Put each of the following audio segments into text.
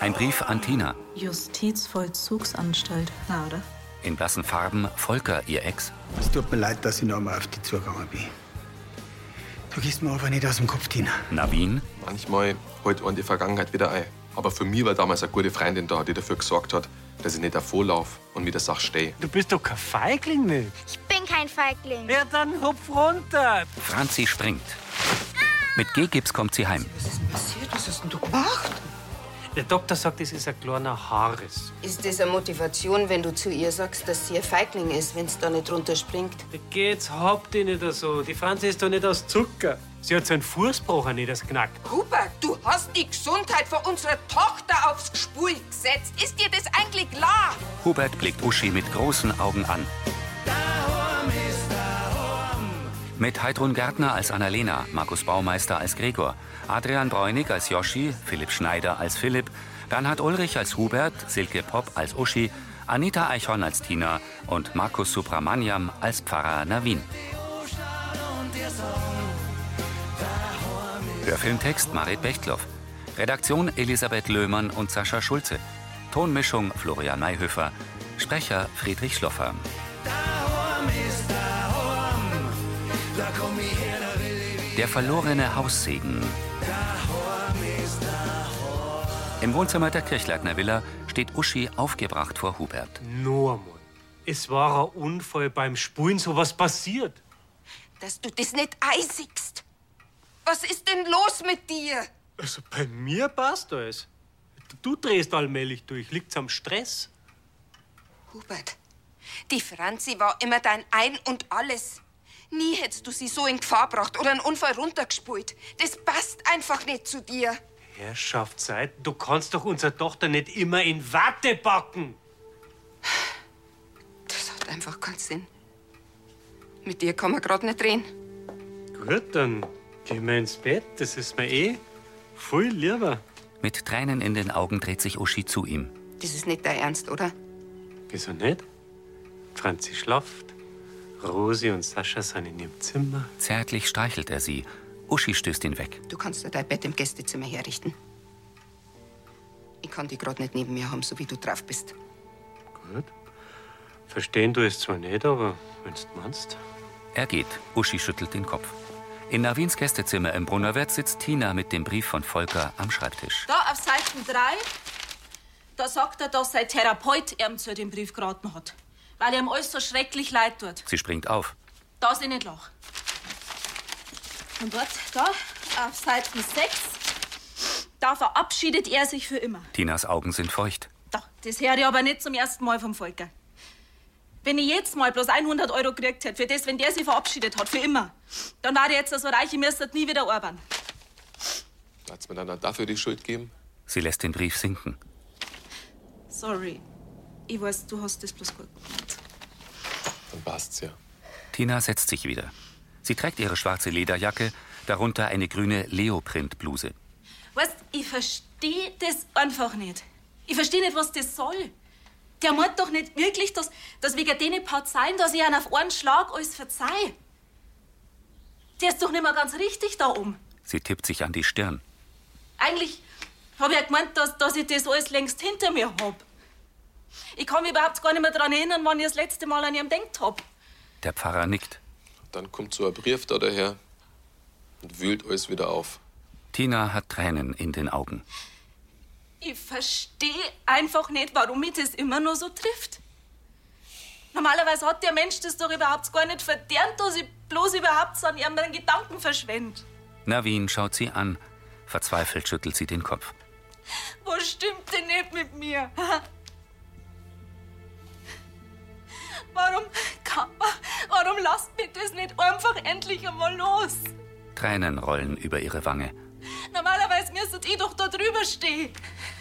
Ein Brief an Tina. Justizvollzugsanstalt, na oder? In blassen Farben Volker, ihr Ex. Es tut mir leid, dass ich nochmal auf dich zugegangen bin. Du gehst mir einfach nicht aus dem Kopf, Tina. Navin. Manchmal holt einen die Vergangenheit wieder ein. Aber für mich war damals eine gute Freundin da, die dafür gesorgt hat, dass ich nicht davonlaufe und mit der Sache stehe. Du bist doch kein Feigling nicht. Ich bin kein Feigling. Ja, dann hopf runter. Franzi springt. Mit Gehgips kommt sie heim. Was ist denn passiert? Was hast denn du gemacht? Der Doktor sagt, es ist ein kleiner Haares. Ist das eine Motivation, wenn du zu ihr sagst, dass sie ein Feigling ist, wenn sie da nicht runterspringt? Geht's, habt ihr nicht so. Die Franzi ist doch nicht aus Zucker. Sie hat seinen Fußbrocher nicht das knackt. Hubert, du hast die Gesundheit von unserer Tochter aufs Gespul gesetzt. Ist dir das eigentlich klar? Hubert blickt Uschi mit großen Augen an. Mit Heidrun Gärtner als Annalena, Markus Baumeister als Gregor, Adrian Bräunig als Joschi, Philipp Schneider als Philipp, Bernhard Ulrich als Hubert, Silke Popp als Uschi, Anita Eichhorn als Tina und Markus Supramaniam als Pfarrer Navin. Hörfilmtext Marit Bechtloff. Redaktion Elisabeth Löhmann und Sascha Schulze. Tonmischung Florian Mayhöfer. Sprecher Friedrich Schloffer. Der verlorene Haussegen. Im Wohnzimmer der Kirchleitner Villa steht Uschi aufgebracht vor Hubert. Nur mal. Es war ein Unfall beim Spulen, sowas passiert. Dass du das nicht eisigst. Was ist denn los mit dir? Also bei mir passt alles. Du drehst allmählich durch, liegt's am Stress? Hubert, die Franzi war immer dein Ein und Alles. Nie hättest du sie so in Gefahr gebracht oder einen Unfall runtergespult. Das passt einfach nicht zu dir. Herrschaft seid, du kannst doch unsere Tochter nicht immer in Watte packen. Das hat einfach keinen Sinn. Mit dir kann man gerade nicht reden. Gut, dann gehen wir ins Bett, das ist mir eh viel lieber. Mit Tränen in den Augen dreht sich Uschi zu ihm. Das ist nicht dein Ernst, oder? Wieso nicht? Franzi schlaft, Rosi und Sascha sind in ihrem Zimmer. Zärtlich streichelt er sie. Uschi stößt ihn weg. Du kannst dir dein Bett im Gästezimmer herrichten. Ich kann dich gerade nicht neben mir haben, so wie du drauf bist. Gut. Verstehen du es zwar nicht, aber wenn's du meinst. Er geht. Uschi schüttelt den Kopf. In Navins Gästezimmer im Brunnerwirt sitzt Tina mit dem Brief von Volker am Schreibtisch. Da auf Seite 3, da sagt er, dass sein Therapeut ihm zu dem Brief geraten hat. Weil ihm alles so schrecklich leid tut. Sie springt auf. Da ist ich nicht lach. Und dort, da, auf Seite 6, da verabschiedet er sich für immer. Tinas Augen sind feucht. Da, das höre ich aber nicht zum ersten Mal vom Volker. Wenn ich jetzt mal bloß 100 Euro gekriegt hätte, für das, wenn der sich verabschiedet hat, für immer, dann war der jetzt so reich, ich müsste nie wieder arbeiten. Hat's mir dann auch dafür die Schuld geben? Sie lässt den Brief sinken. Sorry. Ich weiß, du hast das bloß gut gemacht. Dann passt's ja. Tina setzt sich wieder. Sie trägt ihre schwarze Lederjacke, darunter eine grüne Leoprint-Bluse. Weißt, ich verstehe das einfach nicht. Ich verstehe nicht, was das soll. Der meint doch nicht wirklich, dass, dass wegen denen Parteien, dass ich einen auf einen Schlag alles verzeih. Der ist doch nicht mehr ganz richtig da um. Sie tippt sich an die Stirn. Eigentlich habe ich ja gemeint, dass, dass ich das alles längst hinter mir hab. Ich kann mich überhaupt gar nicht mehr daran erinnern, wann ich das letzte Mal an ihm denkt hab. Der Pfarrer nickt. Dann kommt so ein Brief da daher und wühlt alles wieder auf. Tina hat Tränen in den Augen. Ich verstehe einfach nicht, warum mich das immer nur so trifft. Normalerweise hat der Mensch das doch überhaupt gar nicht verdient, dass ich bloß überhaupt so an ihren Gedanken verschwende. Navin schaut sie an. Verzweifelt schüttelt sie den Kopf. Was stimmt denn nicht mit mir? Warum kann man, warum lasst mich das nicht einfach endlich einmal los? Tränen rollen über ihre Wange. Normalerweise müsstet ihr doch da drüber stehen.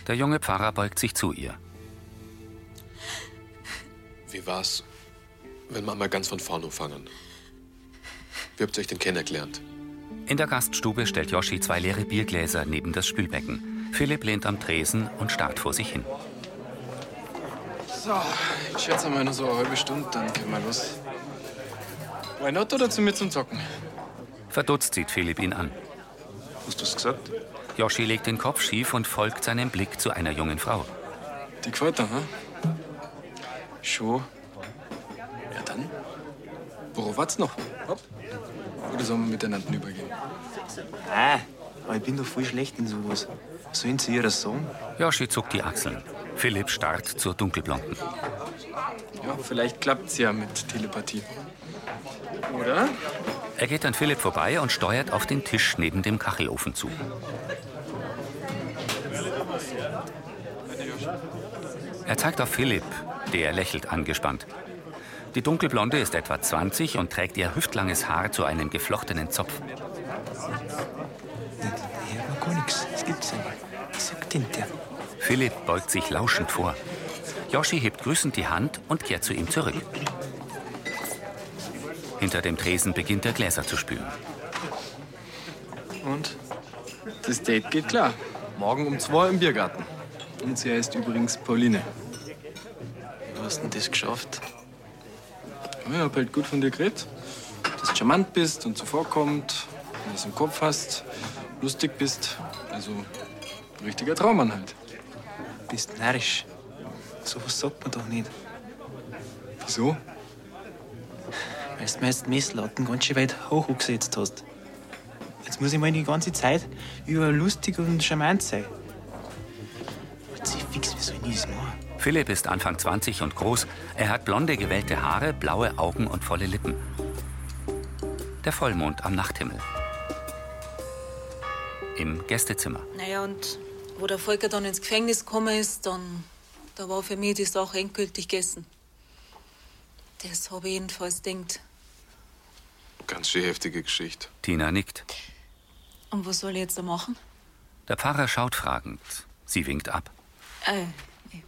Der junge Pfarrer beugt sich zu ihr. Wie war's, wenn wir mal ganz von vorn anfangen? Wie habt ihr euch denn kennengelernt? In der Gaststube stellt Joschi zwei leere Biergläser neben das Spülbecken. Philipp lehnt am Tresen und starrt vor sich hin. So, ich schätze mal nur so eine halbe Stunde, dann gehen wir los. Why not oder zu mir zum Zocken? Verdutzt sieht Philipp ihn an. Hast du's gesagt? Yoshi legt den Kopf schief und folgt seinem Blick zu einer jungen Frau. Die gefällt dir, ne? Schon. Ja, dann. Worauf wart's noch? Hopp. Oder sollen wir miteinander übergehen? Ah, aber ich bin doch voll schlecht in sowas. Sollen sie ihr das sagen? Yoshi zuckt die Achseln. Philipp starrt zur Dunkelblonden. Ja, vielleicht klappt's ja mit Telepathie. Oder? Er geht an Philipp vorbei und steuert auf den Tisch neben dem Kachelofen zu. Er zeigt auf Philipp, der lächelt angespannt. Die Dunkelblonde ist etwa 20 und trägt ihr hüftlanges Haar zu einem geflochtenen Zopf. Ja, aber gar nichts. Das gibt's ja nicht. Was sagt denn der? Philipp beugt sich lauschend vor. Yoshi hebt grüßend die Hand und kehrt zu ihm zurück. Hinter dem Tresen beginnt er Gläser zu spülen. Und? Das Date geht klar. Morgen um zwei im Biergarten. Und sie heißt übrigens Pauline. Du hast denn das geschafft? Ja, ich hab halt gut von dir geredet. Dass du charmant bist und zuvorkommend, wenn du es im Kopf hast, lustig bist. Also, ein richtiger Traummann halt. Du bist närrisch. So was sagt man doch nicht. Wieso? Weil du mir jetzt die Messlatten ganz schön weit hoch angesetzt hast. Jetzt muss ich mal die ganze Zeit über lustig und charmant sein. Jetzt ich fix, wie soll ich das machen? Philipp ist Anfang 20 und groß. Er hat blonde, gewellte Haare, blaue Augen und volle Lippen. Der Vollmond am Nachthimmel. Im Gästezimmer. Naja, und wo der Volker dann ins Gefängnis gekommen ist, dann da war für mich die Sache endgültig gegessen. Das habe ich jedenfalls denkt. Ganz schön heftige Geschichte. Tina nickt. Und was soll ich jetzt da machen? Der Pfarrer schaut fragend. Sie winkt ab. Äh, ich-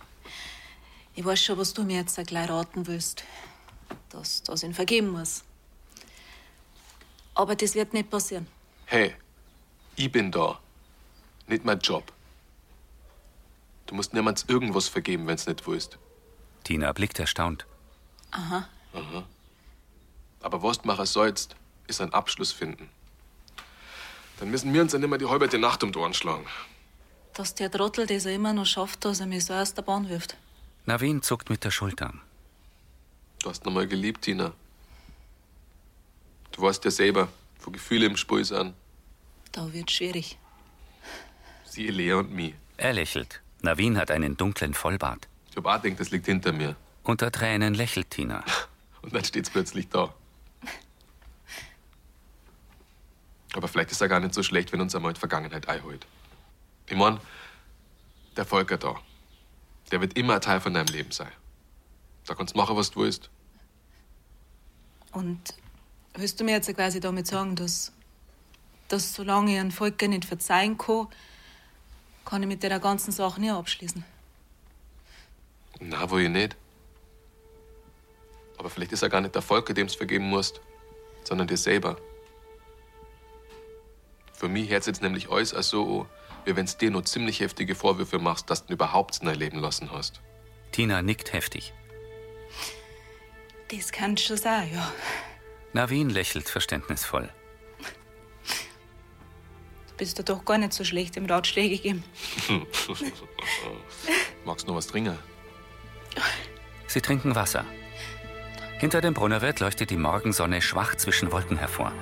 ich weiß schon, was du mir jetzt da gleich raten willst. Dass das ihn vergeben muss. Aber das wird nicht passieren. Hey, ich bin da. Nicht mein Job. Du musst niemals irgendwas vergeben, wenn's nicht willst. Tina blickt erstaunt. Aha. Aber was du machen sollst, ist einen Abschluss finden. Dann müssen wir uns ja nicht mehr die halbe Nacht um die Ohren schlagen. Dass der Trottel das er immer noch schafft, dass er mich so aus der Bahn wirft. Navin zuckt mit der Schulter. Du hast nochmal geliebt, Tina. Du weißt ja selber, wo Gefühle im Spiel sind. Da wird schwierig. Sie, Lea und mich. Er lächelt. Navin hat einen dunklen Vollbart. Ich hab auch denkt, das liegt hinter mir. Unter Tränen lächelt Tina. Und dann steht's plötzlich da. Aber vielleicht ist er gar nicht so schlecht, wenn uns einmal die Vergangenheit einholt. Ich mein, der Volker da, der wird immer ein Teil von deinem Leben sein. Da kannst du machen, was du willst. Und willst du mir jetzt quasi damit sagen, dass, dass solange ich einen Volker nicht verzeihen kann, kann ich mit der ganzen Sache nicht abschließen? Na, wo ich nicht. Aber vielleicht ist er gar nicht der Volker, dem's vergeben musst, sondern dir selber. Für mich hört jetzt nämlich alles als so, an, wie wenn's dir nur ziemlich heftige Vorwürfe machst, dass du ihn überhaupt nicht leben lassen hast. Tina nickt heftig. Das kann schon sein, ja. Navin lächelt verständnisvoll. Du bist ja doch gar nicht so schlecht im Ratschläge geben. Magst du noch was trinken? Sie trinken Wasser. Hinter dem Brunnerwirt leuchtet die Morgensonne schwach zwischen Wolken hervor.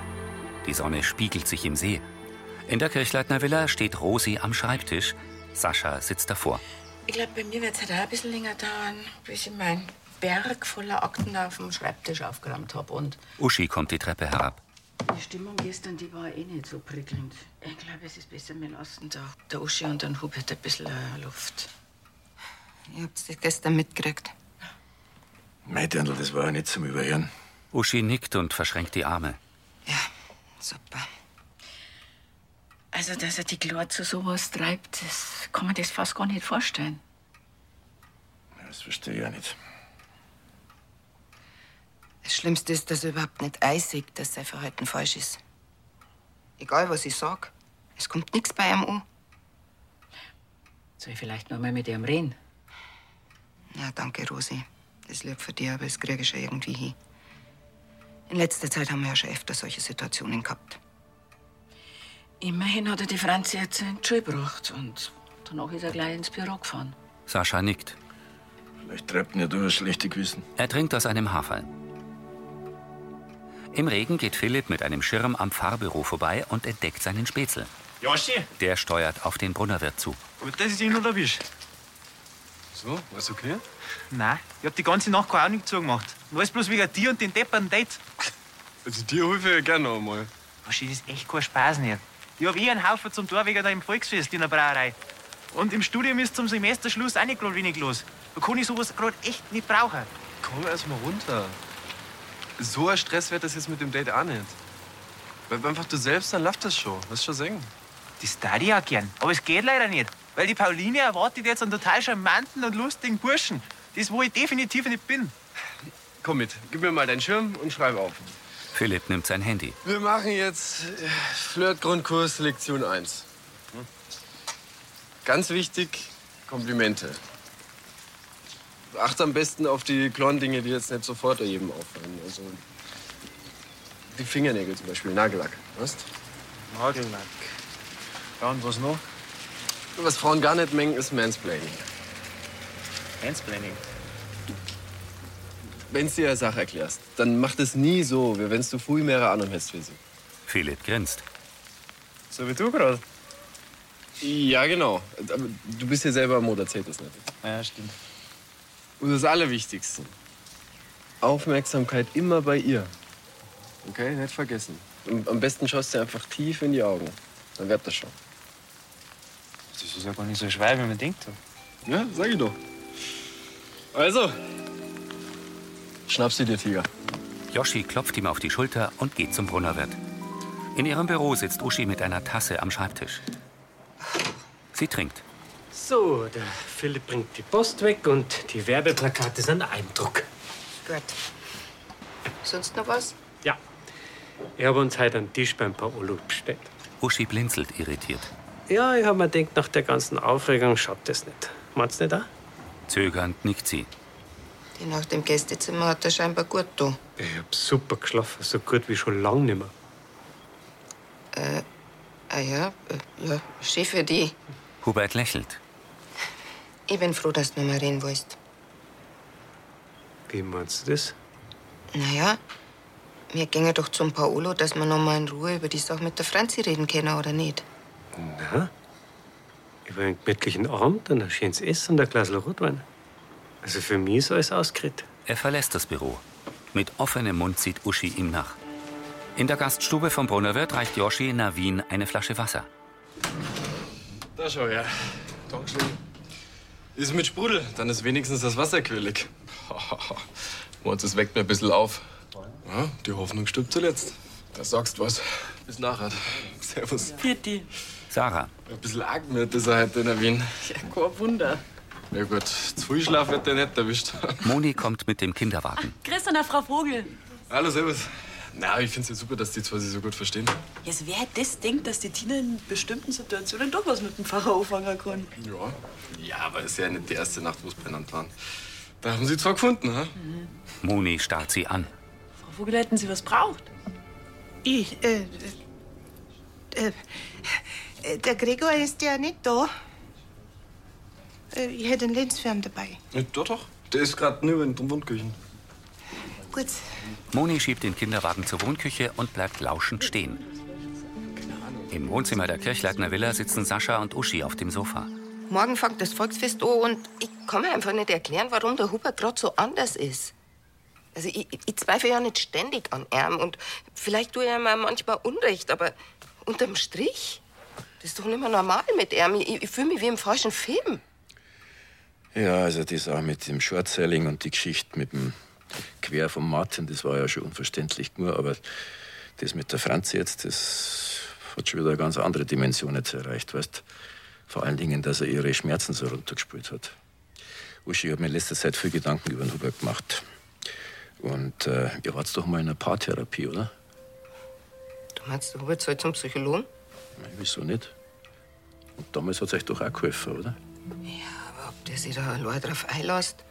Die Sonne spiegelt sich im See. In der Kirchleitner Villa steht Rosi am Schreibtisch. Sascha sitzt davor. Ich glaube, bei mir wird es halt auch ein bisschen länger dauern, bis ich meinen Berg voller Akten auf dem Schreibtisch aufgeräumt habe. Und Uschi kommt die Treppe herab. die Stimmung gestern, die war eh nicht so prickelnd. Ich glaube, es ist besser, wir lassen da der Uschi und dann Hubert ein bisschen äh, Luft. Ihr habt's ja gestern mitgekriegt. Mein Dirndl, das war ja nicht zum Überhören. Uschi nickt und verschränkt die Arme. Super. Also, dass er die Glor zu sowas treibt, das kann man das fast gar nicht vorstellen. Das verstehe ich auch nicht. Das Schlimmste ist, dass er überhaupt nicht einsieht, dass sein Verhalten falsch ist. Egal, was ich sag, es kommt nichts bei ihm an. Soll ich vielleicht noch mal mit ihm reden? Na, danke, Rosi. Das lieb von dir, aber das krieg ich schon irgendwie hin. In letzter Zeit haben wir ja schon öfter solche Situationen gehabt. Immerhin hat er die Franzi jetzt in die Schule gebracht und danach ist er gleich ins Büro gefahren. Sascha nickt. Vielleicht treibt ihn ja durch das schlechte Gewissen. Er trinkt aus einem Haferl. Im Regen geht Philipp mit einem Schirm am Fahrbüro vorbei und entdeckt seinen Spätzle. Joschi, Der steuert auf den Brunnerwirt zu. gut, dass eh ich ihn noch erwischt. So, alles okay? Nein, ich hab die ganze Nacht keine Ahnung zugemacht. Und alles bloß wegen dir und den depperten Date. Also dir helfe ich ja gerne noch einmal. Wahrscheinlich ist echt kein Spaß nicht. Ich hab eh einen Haufen zum Tor wegen deinem Volksfest in der Brauerei. Und im Studium ist zum Semesterschluss auch nicht gerade wenig los. Da kann ich sowas gerade echt nicht brauchen. Komm erst mal runter. So ein Stress wird das jetzt mit dem Date auch nicht. Bleib einfach du selbst, dann läuft das schon. Lass schon singen. Das darf ich auch gern. Aber es geht leider nicht. Weil die Pauline erwartet jetzt einen total charmanten und lustigen Burschen. Das, wo ich definitiv nicht bin. Komm mit, gib mir mal deinen Schirm und schreib auf. Philipp nimmt sein Handy. Wir machen jetzt äh, Flirt-Grundkurs Lektion 1. Hm? Ganz wichtig, Komplimente. Acht am besten auf die kleinen Dinge, die jetzt nicht sofort jedem auffallen. Also die Fingernägel zum Beispiel, Nagellack. Was? Nagellack. Ja, und was noch? Was Frauen gar nicht mengen, ist Mansplaining. Mansplaining? Wenn du dir eine Sache erklärst, dann mach das nie so, wie wenn du früh mehrere Ahnung hättest wie sie. Philipp grinst. So wie du gerade. Ja, genau. Aber du bist ja selber am Mode, erzähl das nicht. Ja, stimmt. Und das Allerwichtigste. Aufmerksamkeit immer bei ihr. Okay, nicht vergessen. Und am besten schaust du einfach tief in die Augen. Dann wird das schon. Das ist ja gar nicht so schwer, wie man denkt. Ja, sag ich doch. Also. Schnapp sie dir, Tiger. Joschi klopft ihm auf die Schulter und geht zum Brunnerwirt. In ihrem Büro sitzt Uschi mit einer Tasse am Schreibtisch. Sie trinkt. So, der Philipp bringt die Post weg und die Werbeplakate sind Eindruck. Gut. Sonst noch was? Ja. Ich habe uns heute einen Tisch beim Paolo bestellt. Uschi blinzelt irritiert. Ja, ich habe mir gedacht, nach der ganzen Aufregung schadet das nicht. Meinst du nicht auch? Zögernd nickt sie. Die Nacht im Gästezimmer hat er scheinbar gut da. Ich hab super geschlafen, so gut wie schon lange nicht mehr. Äh, ah ja, äh, ja, schön für dich. Hubert lächelt. Ich bin froh, dass du noch mal reden willst. Wie meinst du das? Naja, wir gingen doch zum Paolo, dass wir noch mal in Ruhe über die Sache mit der Franzi reden können, oder nicht? Na? Über einen gemütlichen Abend und ein schönes Essen und ein Glas Rotwein. Also für mich ist alles ausgeredet. Er verlässt das Büro. Mit offenem Mund sieht Uschi ihm nach. In der Gaststube vom Brunnerwirt reicht Joschi Navin eine Flasche Wasser. Da schau her. Dankeschön. Ist mit Sprudel, dann ist wenigstens das Wasser quirlig. Moritz, es weckt mir ein bisschen auf. Ja, die Hoffnung stirbt zuletzt. Da sagst du was. Bis nachher. Servus. Vierte. Sarah. Ein bisschen arg mit dieser heute in Wien. Ja, kein Wunder. Na gut, zu viel Schlaf wird der nicht erwischt. Moni kommt mit dem Kinderwagen. Grüß an der Frau Vogel. Hallo, servus. Na, ich find's ja super, dass die zwei sich so gut verstehen. Jetzt, also wer hätte das denkt, dass die Tina in bestimmten Situationen doch was mit dem Pfarrer anfangen kann? Ja. Ja, aber ist ja nicht die erste Nacht, wo es benannt waren. Da haben sie zwar gefunden, ha? Mhm. Moni starrt sie an. Frau Vogel, hätten Sie was braucht? Ich, äh, äh, äh, der Gregor ist ja nicht da. Äh, Ich hätte einen Lenzfilm dabei. Ja, Äh, doch, doch. Der ist gerade nüber in den Wundküchen. Gut. Moni schiebt den Kinderwagen zur Wohnküche und bleibt lauschend stehen. Im Wohnzimmer der Kirchleitner Villa sitzen Sascha und Uschi auf dem Sofa. Morgen fängt das Volksfest an und ich kann mir einfach nicht erklären, warum der Hubert gerade so anders ist. Also ich, ich- ich zweifle ja nicht ständig an ihm und vielleicht tue ich ihm auch manchmal Unrecht, aber unterm Strich, das ist doch nicht mehr normal mit ihm. Ich, ich fühle mich wie im falschen Film. Ja, also das auch mit dem Short-Selling und die Geschichte mit dem Quer vom Martin, das war ja schon unverständlich nur, aber das mit der Franz jetzt, das hat schon wieder eine ganz andere Dimension jetzt erreicht, weißt Vor allen Dingen, dass er ihre Schmerzen so runtergespült hat. Uschi, ich habe mir in letzter Zeit viel Gedanken über den Hubert gemacht. Und äh, ihr wart doch mal in einer Paartherapie, oder? Du meinst, der Hubert soll zum Psychologen? Nein, Wieso nicht? Und damals hat es euch doch auch geholfen, oder? Ob der sich da allein drauf einlässt?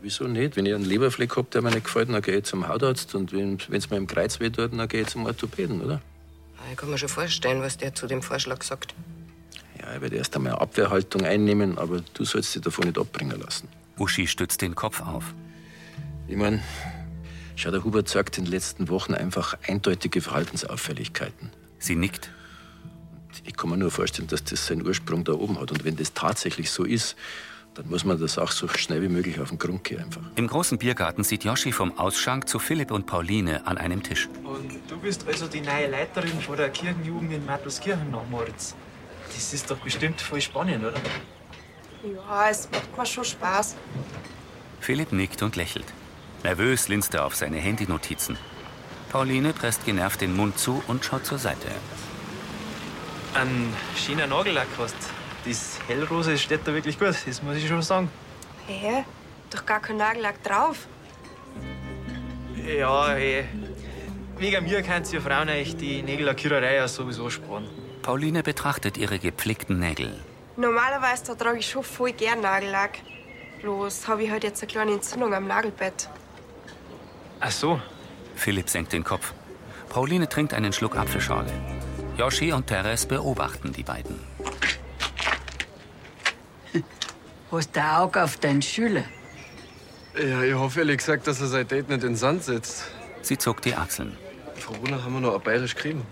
Wieso nicht? Wenn ihr einen Leberfleck habt, der mir nicht gefällt, dann gehe ich zum Hautarzt. Und wenn es mir im Kreuz weh tut, dann gehe ich zum Orthopäden, oder? Ich kann mir schon vorstellen, was der zu dem Vorschlag sagt. Ja, ich werde erst einmal eine Abwehrhaltung einnehmen, aber du sollst dich davon nicht abbringen lassen. Uschi stützt den Kopf auf. Ich meine, schau, der Hubert zeigt in den letzten Wochen einfach eindeutige Verhaltensauffälligkeiten. Sie nickt. Ich kann mir nur vorstellen, dass das seinen Ursprung da oben hat. Und wenn das tatsächlich so ist, dann muss man das auch so schnell wie möglich auf den Grund gehen einfach. Im großen Biergarten sieht Joschi vom Ausschank zu Philipp und Pauline an einem Tisch. Und du bist also die neue Leiterin von der Kirchenjugend in Matloskirchen nach Moritz. Das ist doch bestimmt voll spannend, oder? Ja, es macht mir schon Spaß. Philipp nickt und lächelt. Nervös linst er auf seine Handynotizen. Pauline presst genervt den Mund zu und schaut Genau zur Seite. Ein schöner Nagellack hast. Das Hellrose steht da wirklich gut, das muss ich schon sagen. Hä? Doch gar kein Nagellack drauf. Ja, eh. Wegen mir kannst ihr Frauen euch die Nägellackiererei ja sowieso sparen. Pauline betrachtet ihre gepflegten Nägel. Normalerweise da trage ich schon voll gern Nagellack. Bloß habe ich halt jetzt eine kleine Entzündung am Nagelbett. Ach so. Philipp senkt den Kopf. Pauline trinkt einen Schluck Apfelschorle. Yoshi und Teres beobachten die beiden. Hast du ein Auge auf deinen Schüler? Ja, ich hoffe ehrlich gesagt, dass er sein Date nicht in den Sand setzt. Sie zuckt die Achseln. Frau Brunner haben wir noch ein bayerisch Creme.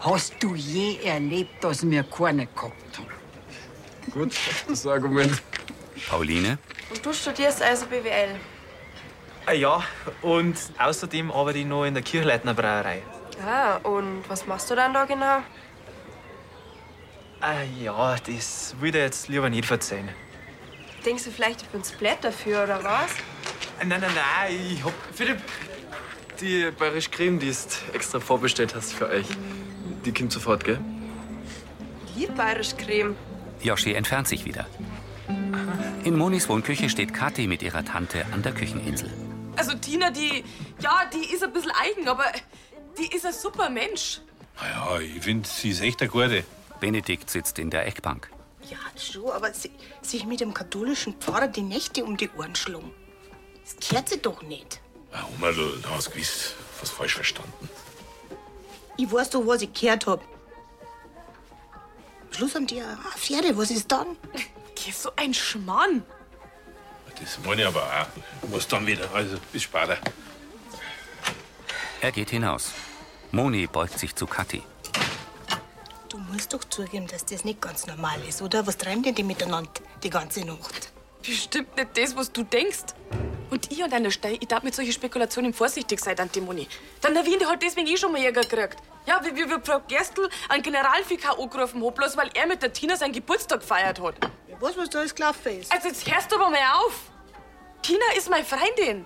Hast du je erlebt, dass wir keine gehabt haben? Gut, das ist ein Argument. Pauline? Und du studierst also BWL. Ah ja, und außerdem arbeite ich noch in der Kirchleitner Brauerei. Ah, und was machst du dann da genau? Ah ja, das will ich dir jetzt lieber nicht verzeihen. Denkst du vielleicht, ich bin's blöd dafür, oder was? Nein, nein, nein, ich hab. Philipp, Die bayerische Creme, die ist extra vorbestellt hast für euch. Die kommt sofort, gell? Lieb bayerisch Creme. Yoshi entfernt sich wieder. In Monis Wohnküche steht Kathi mit ihrer Tante an der Kücheninsel. Also Tina, die, ja, die ist ein bisschen eigen, aber die ist ein super Mensch. Ja, ich finde, sie ist echt eine Gute. Benedikt sitzt in der Eckbank. Ja, schon, aber si- sich mit dem katholischen Pfarrer die Nächte um die Ohren schlungen. Das kehrt sie doch nicht. Hummerl, du hast gewiss was falsch verstanden. Ich weiß doch, was ich gehört hab. Am Schluss haben die eine Affäre, was ist dann? Geh so ein Schmarrn. Das meine ich aber auch. Ich muss dann wieder. Also, bis später. Er geht hinaus. Moni beugt sich zu Kathi. Du musst doch zugeben, dass das nicht ganz normal ist, oder? Was treiben denn die miteinander die ganze Nacht? Bestimmt nicht das, was du denkst. Und ich an deiner Stelle, ich darf mit solchen Spekulationen vorsichtig sein, Tante Moni. Dann habe ich dir halt deswegen eh schon mal Jäger gekriegt. Ja, wie wie wir Frau Gerstl einen Generalvikar angerufen haben, bloß weil er mit der Tina seinen Geburtstag gefeiert hat. Was, was da alles gelaufen ist? Also jetzt hörst du aber mal auf. Tina ist meine Freundin.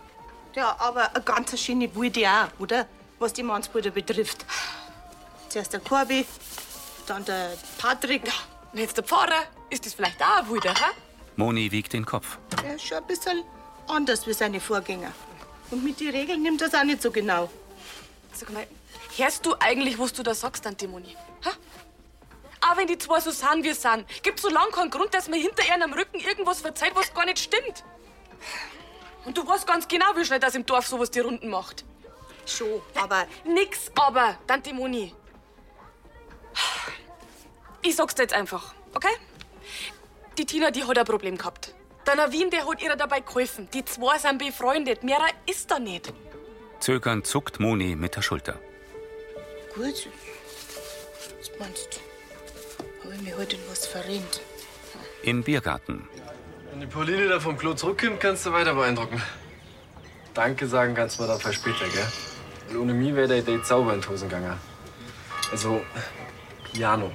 Ja, aber eine ganz schöne Wulde auch, oder? Was die Mannsbrüder betrifft. Zuerst der Korbi, dann der Patrick. Und jetzt der Pfarrer. Ist das vielleicht auch eine Wulde, hä? Moni wiegt den Kopf. Der ist schon ein bisschen anders wie seine Vorgänger. Und mit den Regeln nimmt das auch nicht so genau. Sag mal, hörst du eigentlich, was du da sagst, Tante Moni? Ha? Auch Ah, wenn die zwei so sind, wie sie sind, gibt's so lange keinen Grund, dass man hinter ihren am Rücken irgendwas verzeiht, was gar nicht stimmt. Und du weißt ganz genau, wie schnell das im Dorf sowas die Runden macht. Schon, aber... Nix aber, Tante Moni. Ich sag's dir jetzt einfach, okay? Die Tina, die hat ein Problem gehabt. Der Navin, der hat ihr dabei geholfen. Die zwei sind befreundet. Mehrer ist da nicht. Zögernd zuckt Moni mit der Schulter. Gut. Was meinst du? Habe ich mir heute in was verrennt? Im Biergarten. Wenn die Pauline da vom Klo zurückkommt, kannst du weiter beeindrucken. Danke sagen kannst du mir dann für später, gell? Weil ohne mich wäre der Date sauber in die Hosen gegangen. Also, Piano.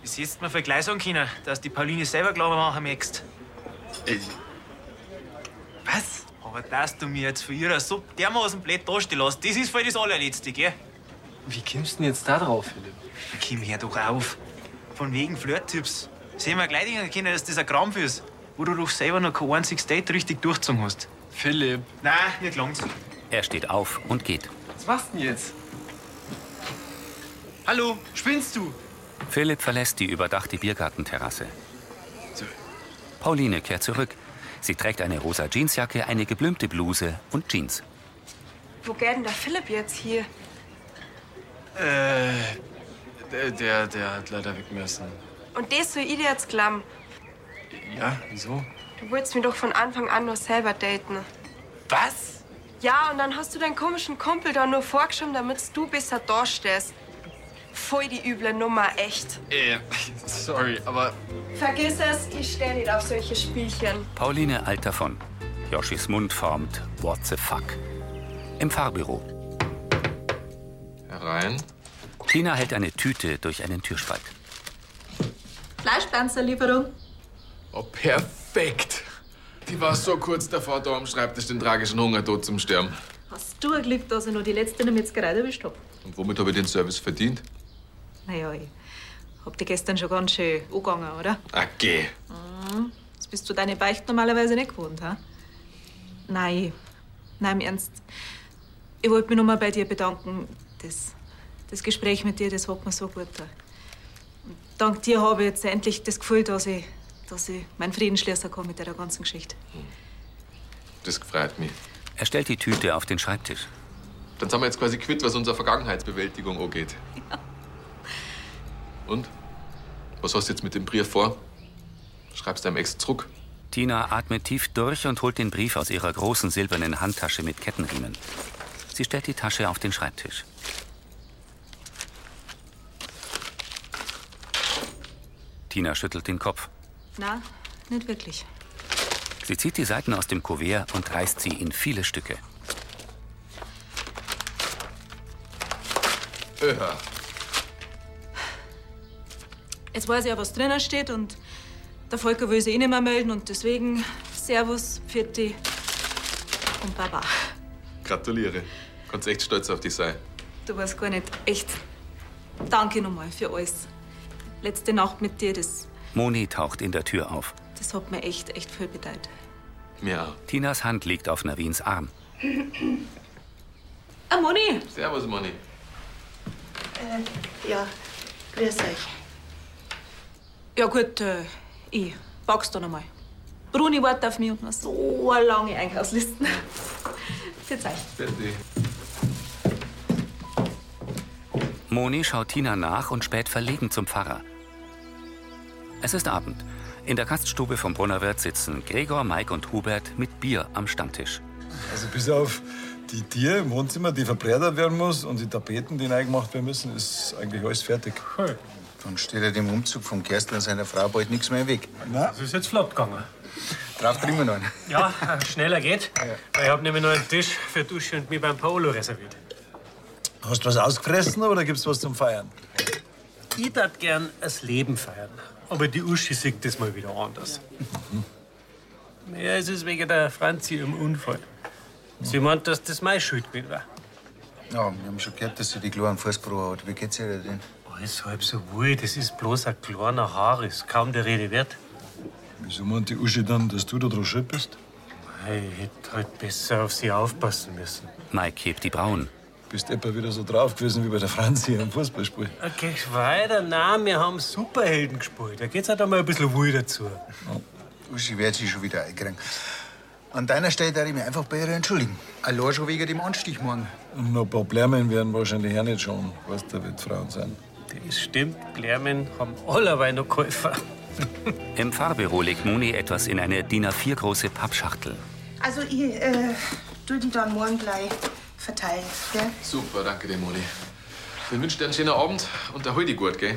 bis jetzt mal Vergleich sagen können, dass die Pauline selber glauben machen möchtest. Was? Aber dass du mir jetzt für ihre Suppe dermaßen blöd dastehen lässt, das ist voll das Allerletzte, gell? Wie kommst du denn jetzt da drauf, Philipp? Komm her doch auf. Von wegen Flirttipps. Sehen wir gleich denken können, dass das ein Krampf ist, wo du doch selber noch kein einziges Date richtig durchgezogen hast. Philipp. Nein, nicht lang's. Er steht auf und geht. Was machst du denn jetzt? Hallo, spinnst du? Philipp verlässt die überdachte Biergartenterrasse. Pauline kehrt zurück. Sie trägt eine rosa Jeansjacke, eine geblümte Bluse und Jeans. Wo geht denn der Philipp jetzt hier? Äh, der- der, der hat leider weg müssen. Und das soll ich dir jetzt glauben. Ja, wieso? Du wolltest mich doch von Anfang an nur selber daten. Was? Ja, und dann hast du deinen komischen Kumpel da nur vorgeschoben, damit du besser dastehst. Voll die üble Nummer, echt. Äh, sorry, aber Vergiss es, ich stehe nicht auf solche Spielchen. Pauline eilt davon. Joschis Mund formt What the fuck. Im Fahrbüro. Herein. Tina hält eine Tüte durch einen Türspalt. Fleischpanzerlieferung. Oh, perfekt. Die war so kurz davor, da am Schreibtisch den tragischen Hungertod zum Sterben. Hast du ein Glück, dass ich noch die letzte in der Metzgerei erwischt hab? Und womit habe ich den Service verdient? Naja, ich hab dich gestern schon ganz schön angegangen, oder? Ah, geh. Mhm. Das bist du deine Beicht normalerweise nicht gewohnt, ha? Nein, nein, im Ernst. Ich wollte mich nochmal bei dir bedanken. Das, das Gespräch mit dir, das hat mir so gut getan. Und Dank dir habe ich jetzt endlich das Gefühl, dass ich, dass ich meinen Frieden schließen kann mit der ganzen Geschichte. Das freut mich. Er stellt die Tüte auf den Schreibtisch. Dann sind wir jetzt quasi quitt, was unsere Vergangenheitsbewältigung angeht. Und? Was hast du jetzt mit dem Brief vor? Schreibst deinem Ex zurück? Tina atmet tief durch und holt den Brief aus ihrer großen silbernen Handtasche mit Kettenriemen. Sie stellt die Tasche auf den Schreibtisch. Tina schüttelt den Kopf. Na, nicht wirklich. Sie zieht die Seiten aus dem Kuvert und reißt sie in viele Stücke. Ja. Jetzt weiß ich ja, was drinnen steht und der Volker will sich eh nicht mehr melden und deswegen Servus, Pfitti und Baba. Gratuliere. Kannst echt stolz auf dich sein. Du weißt gar nicht, echt. Danke nochmal für alles. Letzte Nacht mit dir, das, Moni taucht in der Tür auf. das hat mir echt, echt viel bedeutet. Ja. Tinas Hand liegt auf Navins Arm. Ah, Moni! Servus, Moni. Äh, ja, grüß euch. Ja gut, äh, ich pack's da nochmal. Bruni wartet auf mich und noch so eine lange Einkaufslisten. Viel Zeit. Bitte. Moni schaut Tina nach und späht verlegen zum Pfarrer. Es ist Abend. In der Gaststube vom Brunnerwirt sitzen Gregor, Mike und Hubert mit Bier am Stammtisch. Also bis auf die Tiere im Wohnzimmer, die verbreitert werden muss und die Tapeten, die neu gemacht werden müssen, ist eigentlich alles fertig. Dann steht ja dem Umzug von Gerstl und seiner Frau bald nichts mehr im Weg. Na? Das Also ist jetzt flott gegangen. Drauf kriegen wir noch einen. Ja, äh, schneller geht. Weil Ich habe nämlich noch einen Tisch für Dusche und mich beim Paolo reserviert. Hast du was ausgefressen oder gibt's was zum Feiern? Ich darf gern das Leben feiern. Aber die Uschi sieht das mal wieder anders. Mhm. Ja, es ist wegen der Franzi im Unfall. Sie meint, dass das meine Schuld gewesen war. Ja, wir haben schon gehört, dass sie die kleinen Fußprobe hat. Wie geht's ihr denn? Alles halb so wohl, das ist bloß ein kleiner Haares, kaum der Rede wert. Wieso meint die Uschi dann, dass du da dran schuld bist? Hey, ich hätte halt besser auf sie aufpassen müssen. Mike hebt die Brauen. Bist etwa wieder so drauf gewesen wie bei der Franzi am Fußballspiel. Okay, weiter. Nein, wir haben Superhelden gespielt. Da geht's halt einmal ein bisschen wohl dazu. Uschi wird sich schon wieder einkriegen. An deiner Stelle darf ich mich einfach bei ihr entschuldigen. Allein schon wegen dem Anstich morgen. Und noch ein paar Blärmen werden wahrscheinlich auch nicht schon, was da wird Frauen sein. Das stimmt, Blärmen haben allerweil noch Käufer. Im Fahrbüro legt Moni etwas in eine DIN A4 große Pappschachtel. Also, ich äh, tu die dann morgen gleich verteilen. Gell? Super, danke dir, Moni. Wir wünschen dir einen schönen Abend und erhol dich gut, gell?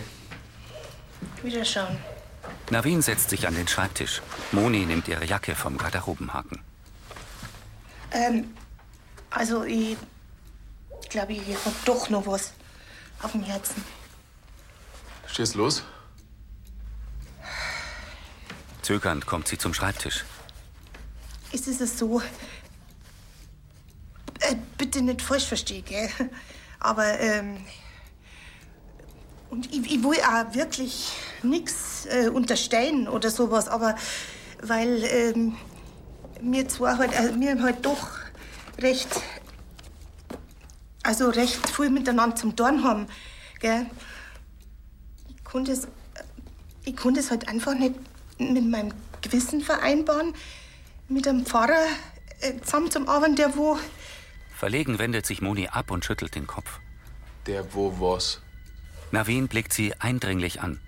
Wiederschauen. Navin setzt sich an den Schreibtisch. Moni nimmt ihre Jacke vom Garderobenhaken. Ähm, also, ich glaube, ich hab doch noch was auf dem Herzen. Schieß los. Zögernd kommt sie zum Schreibtisch. Ist es so? Äh, bitte nicht falsch verstehen, gell? Aber, ähm. Und ich, ich will auch wirklich nichts äh, unterstellen oder sowas, aber weil ähm, mir zwar halt, äh, wir haben halt doch recht, also recht viel miteinander zum Dorn haben, gell? Ich konnte es, äh, ich konnte es halt einfach nicht mit meinem Gewissen vereinbaren, mit einem Pfarrer äh, zusammen zum Abend, der wo. Verlegen wendet sich Moni ab und schüttelt den Kopf. Der wo was? Navin blickt sie eindringlich an.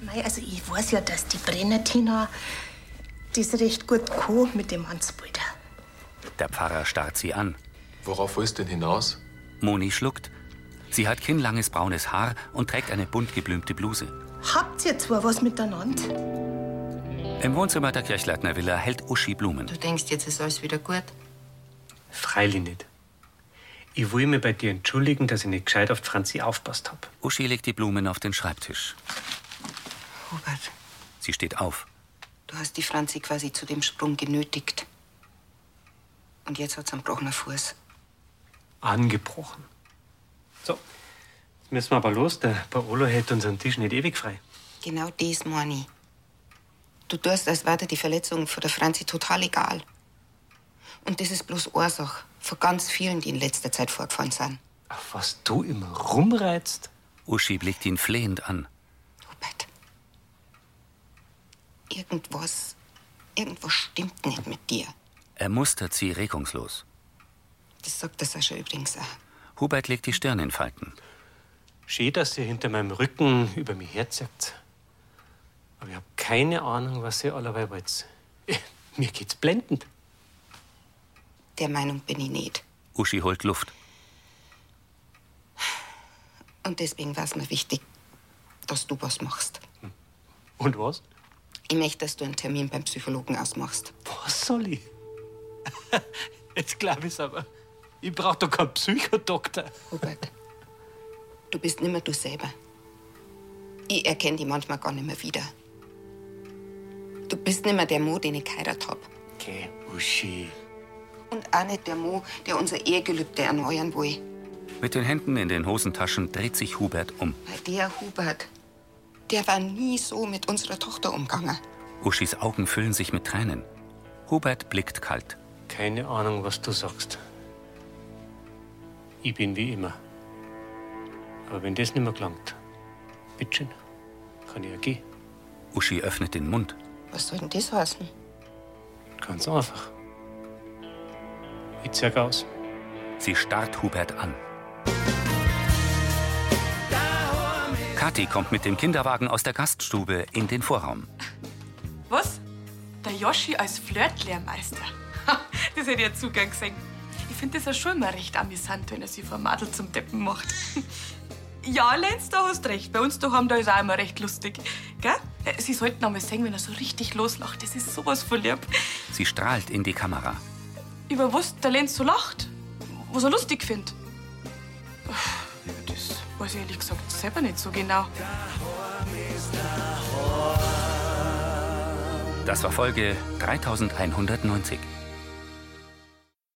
Mei, also ich weiß ja, dass die Brennertina das recht gut kann mit dem Hansbulder. Der Pfarrer starrt sie an. Worauf willst du denn hinaus? Moni schluckt. Sie hat kinnlanges braunes Haar und trägt eine bunt geblümte Bluse. Habt ihr zwar was miteinander? Im Wohnzimmer der Kirchleitner Villa hält Uschi Blumen. Du denkst, jetzt ist alles wieder gut. Freilich nicht. Ich will mich bei dir entschuldigen, dass ich nicht gescheit auf die Franzi aufpasst habe. Uschi legt die Blumen auf den Schreibtisch. Hubert, Sie steht auf. du hast die Franzi quasi zu dem Sprung genötigt. Und jetzt hat sie einen gebrochenen Fuß. Angebrochen. So, jetzt müssen wir aber los. Der Paolo hält unseren Tisch nicht ewig frei. Genau das meine ich. Du tust, als wäre dir die Verletzung von der Franzi total egal. Und das ist bloß Ursache von ganz vielen, die in letzter Zeit vorgefallen sind. Was du immer rumreizt? Uschi blickt ihn flehend an. Irgendwas, irgendwas stimmt nicht mit dir. Er mustert sie regungslos. Das sagt der Sascha übrigens auch. Hubert legt die Stirn in Falten. Schön, dass ihr hinter meinem Rücken über mich herzieht. Aber ich habe keine Ahnung, was ihr allerweil wollt. Mir geht's blendend. Der Meinung bin ich nicht. Uschi holt Luft. Und deswegen war es mir wichtig, dass du was machst. Und was? Ich möchte, dass du einen Termin beim Psychologen ausmachst. Was soll ich? Jetzt glaube ich's aber. Ich brauche doch keinen Psychodoktor. Hubert. Du bist nimmer du selber. Ich erkenne dich manchmal gar nimmer wieder. Du bist nimmer der Mo, den ich geheiratet hab. Okay, Uschi. Und auch nicht der Mo, der unser Ehegelübde erneuern will. Mit den Händen in den Hosentaschen dreht sich Hubert um. Weil der Hubert, der war nie so mit unserer Tochter umgegangen. Uschis Augen füllen sich mit Tränen. Hubert blickt kalt. Keine Ahnung, was du sagst. Ich bin wie immer. Aber wenn das nicht mehr gelangt, bitteschön, kann ich ja gehen. Uschi öffnet den Mund. Was soll denn das heißen? Ganz einfach. Ich zeig aus. Sie starrt Hubert an. Kathi kommt mit dem Kinderwagen aus der Gaststube in den Vorraum. Was? Der Yoshi als Flirtlehrmeister. Ha, das hätte ich ja Zugang gesehen. Ich finde das ja schon immer recht amüsant, wenn er sie vom Madel zum Deppen macht. Ja, Lenz, da hast recht. Bei uns daheim, da ist auch immer recht lustig. Gell? Äh, Sie sollten auch mal sehen, wenn er so richtig loslacht. Das ist sowas von lieb. Sie strahlt in die Kamera. Über was der Lenz so lacht, was er lustig findet. Das weiß ich ehrlich gesagt selber nicht so genau. Das war Folge 3190.